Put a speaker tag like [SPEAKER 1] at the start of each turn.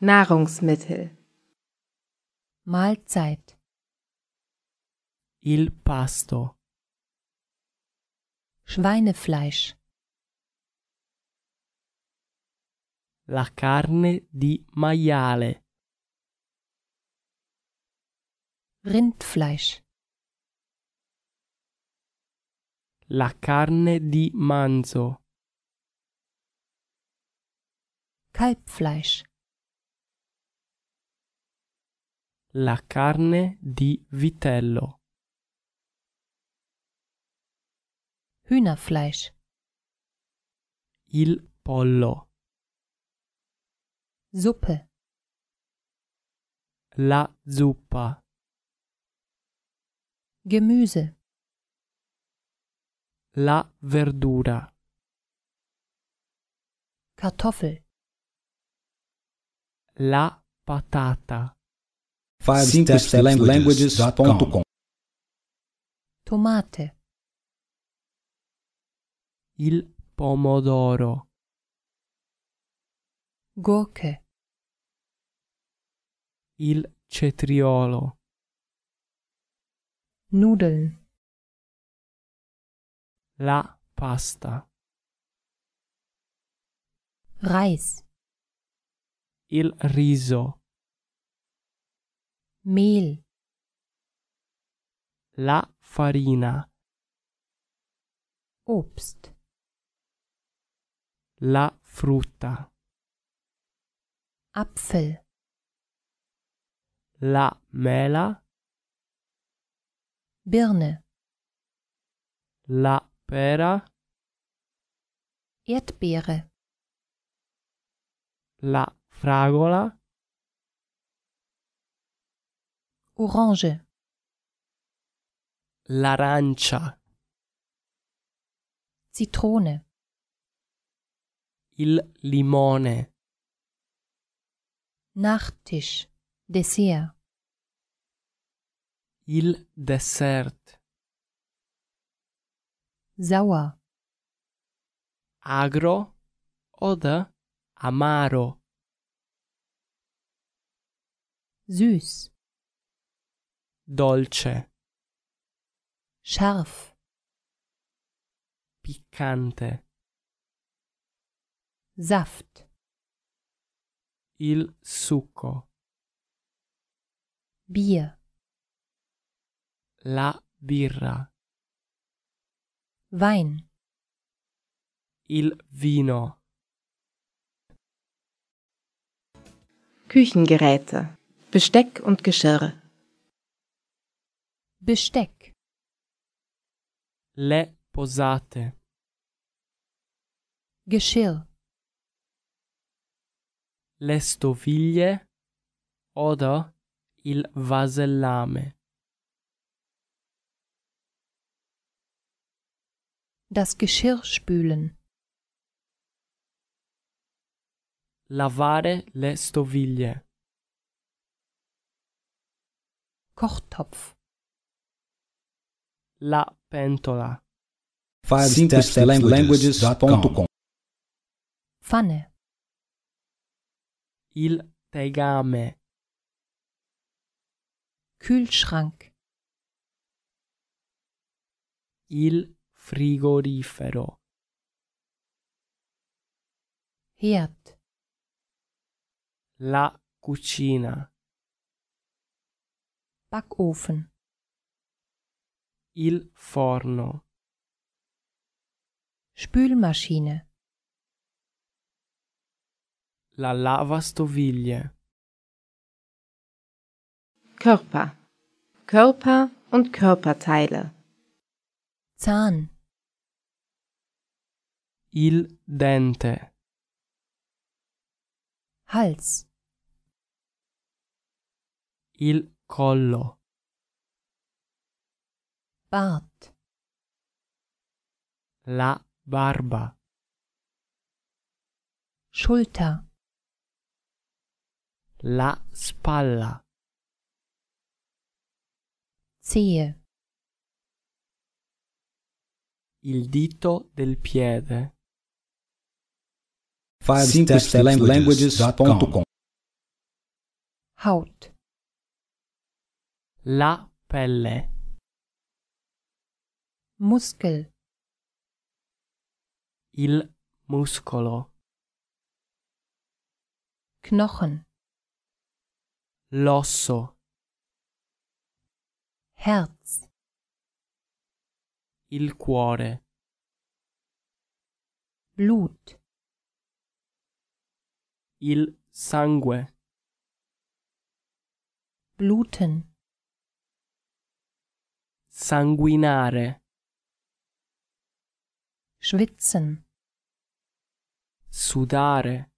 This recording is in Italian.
[SPEAKER 1] Nahrungsmittel,
[SPEAKER 2] Mahlzeit,
[SPEAKER 3] il pasto,
[SPEAKER 2] Schweinefleisch,
[SPEAKER 3] la carne di maiale,
[SPEAKER 2] Rindfleisch,
[SPEAKER 3] la carne di manzo,
[SPEAKER 2] Kalbfleisch,
[SPEAKER 3] la carne di vitello,
[SPEAKER 2] Hühnerfleisch,
[SPEAKER 3] il pollo,
[SPEAKER 2] Suppe,
[SPEAKER 3] la zuppa,
[SPEAKER 2] Gemüse,
[SPEAKER 3] la verdura,
[SPEAKER 2] Kartoffel,
[SPEAKER 3] la patata,
[SPEAKER 4] 5stepslanguages.com
[SPEAKER 2] Tomate,
[SPEAKER 3] il pomodoro,
[SPEAKER 2] Gurke,
[SPEAKER 3] il cetriolo,
[SPEAKER 2] Nudeln,
[SPEAKER 3] la pasta,
[SPEAKER 2] Reis,
[SPEAKER 3] il riso,
[SPEAKER 2] Mehl,
[SPEAKER 3] la farina,
[SPEAKER 2] Obst,
[SPEAKER 3] la frutta,
[SPEAKER 2] Apfel,
[SPEAKER 3] la mela,
[SPEAKER 2] Birne,
[SPEAKER 3] la pera,
[SPEAKER 2] Erdbeere,
[SPEAKER 3] la fragola,
[SPEAKER 2] Orange,
[SPEAKER 3] l'arancia,
[SPEAKER 2] Zitrone,
[SPEAKER 3] il limone,
[SPEAKER 2] Nachtisch, Dessert,
[SPEAKER 3] il dessert,
[SPEAKER 2] Sauer,
[SPEAKER 3] agro oder amaro,
[SPEAKER 2] Süß,
[SPEAKER 3] dolce,
[SPEAKER 2] Scharf,
[SPEAKER 3] piccante,
[SPEAKER 2] Saft,
[SPEAKER 3] il succo,
[SPEAKER 2] Bier,
[SPEAKER 3] la birra,
[SPEAKER 2] Wein.
[SPEAKER 3] il vino.
[SPEAKER 1] Küchengeräte, Besteck und Geschirr,
[SPEAKER 2] Besteck,
[SPEAKER 3] le posate,
[SPEAKER 2] Geschirr,
[SPEAKER 3] le stoviglie oder il vasellame,
[SPEAKER 2] das Geschirr spülen,
[SPEAKER 3] lavare le stoviglie,
[SPEAKER 2] Kochtopf,
[SPEAKER 3] la pentola,
[SPEAKER 4] 5stepslanguages.com
[SPEAKER 2] Pfanne,
[SPEAKER 3] il tegame,
[SPEAKER 2] Kühlschrank,
[SPEAKER 3] il frigorifero,
[SPEAKER 2] Herd,
[SPEAKER 3] la cucina,
[SPEAKER 2] Backofen,
[SPEAKER 3] il forno,
[SPEAKER 2] Spülmaschine,
[SPEAKER 3] la lavastoviglie,
[SPEAKER 1] Körper, Körper und Körperteile,
[SPEAKER 2] Zahn,
[SPEAKER 3] il dente,
[SPEAKER 2] Hals,
[SPEAKER 3] il collo,
[SPEAKER 2] Bart,
[SPEAKER 3] la barba,
[SPEAKER 2] Schulter,
[SPEAKER 3] la spalla,
[SPEAKER 2] Zehe,
[SPEAKER 3] il dito del piede.
[SPEAKER 4] 5stepslanguages.com
[SPEAKER 2] Haut,
[SPEAKER 3] la pelle,
[SPEAKER 2] Muskel,
[SPEAKER 3] il muscolo,
[SPEAKER 2] Knochen,
[SPEAKER 3] l'osso,
[SPEAKER 2] Herz,
[SPEAKER 3] il cuore,
[SPEAKER 2] Blut,
[SPEAKER 3] il sangue,
[SPEAKER 2] Bluten,
[SPEAKER 3] sanguinare,
[SPEAKER 2] Schwitzen,
[SPEAKER 3] sudare,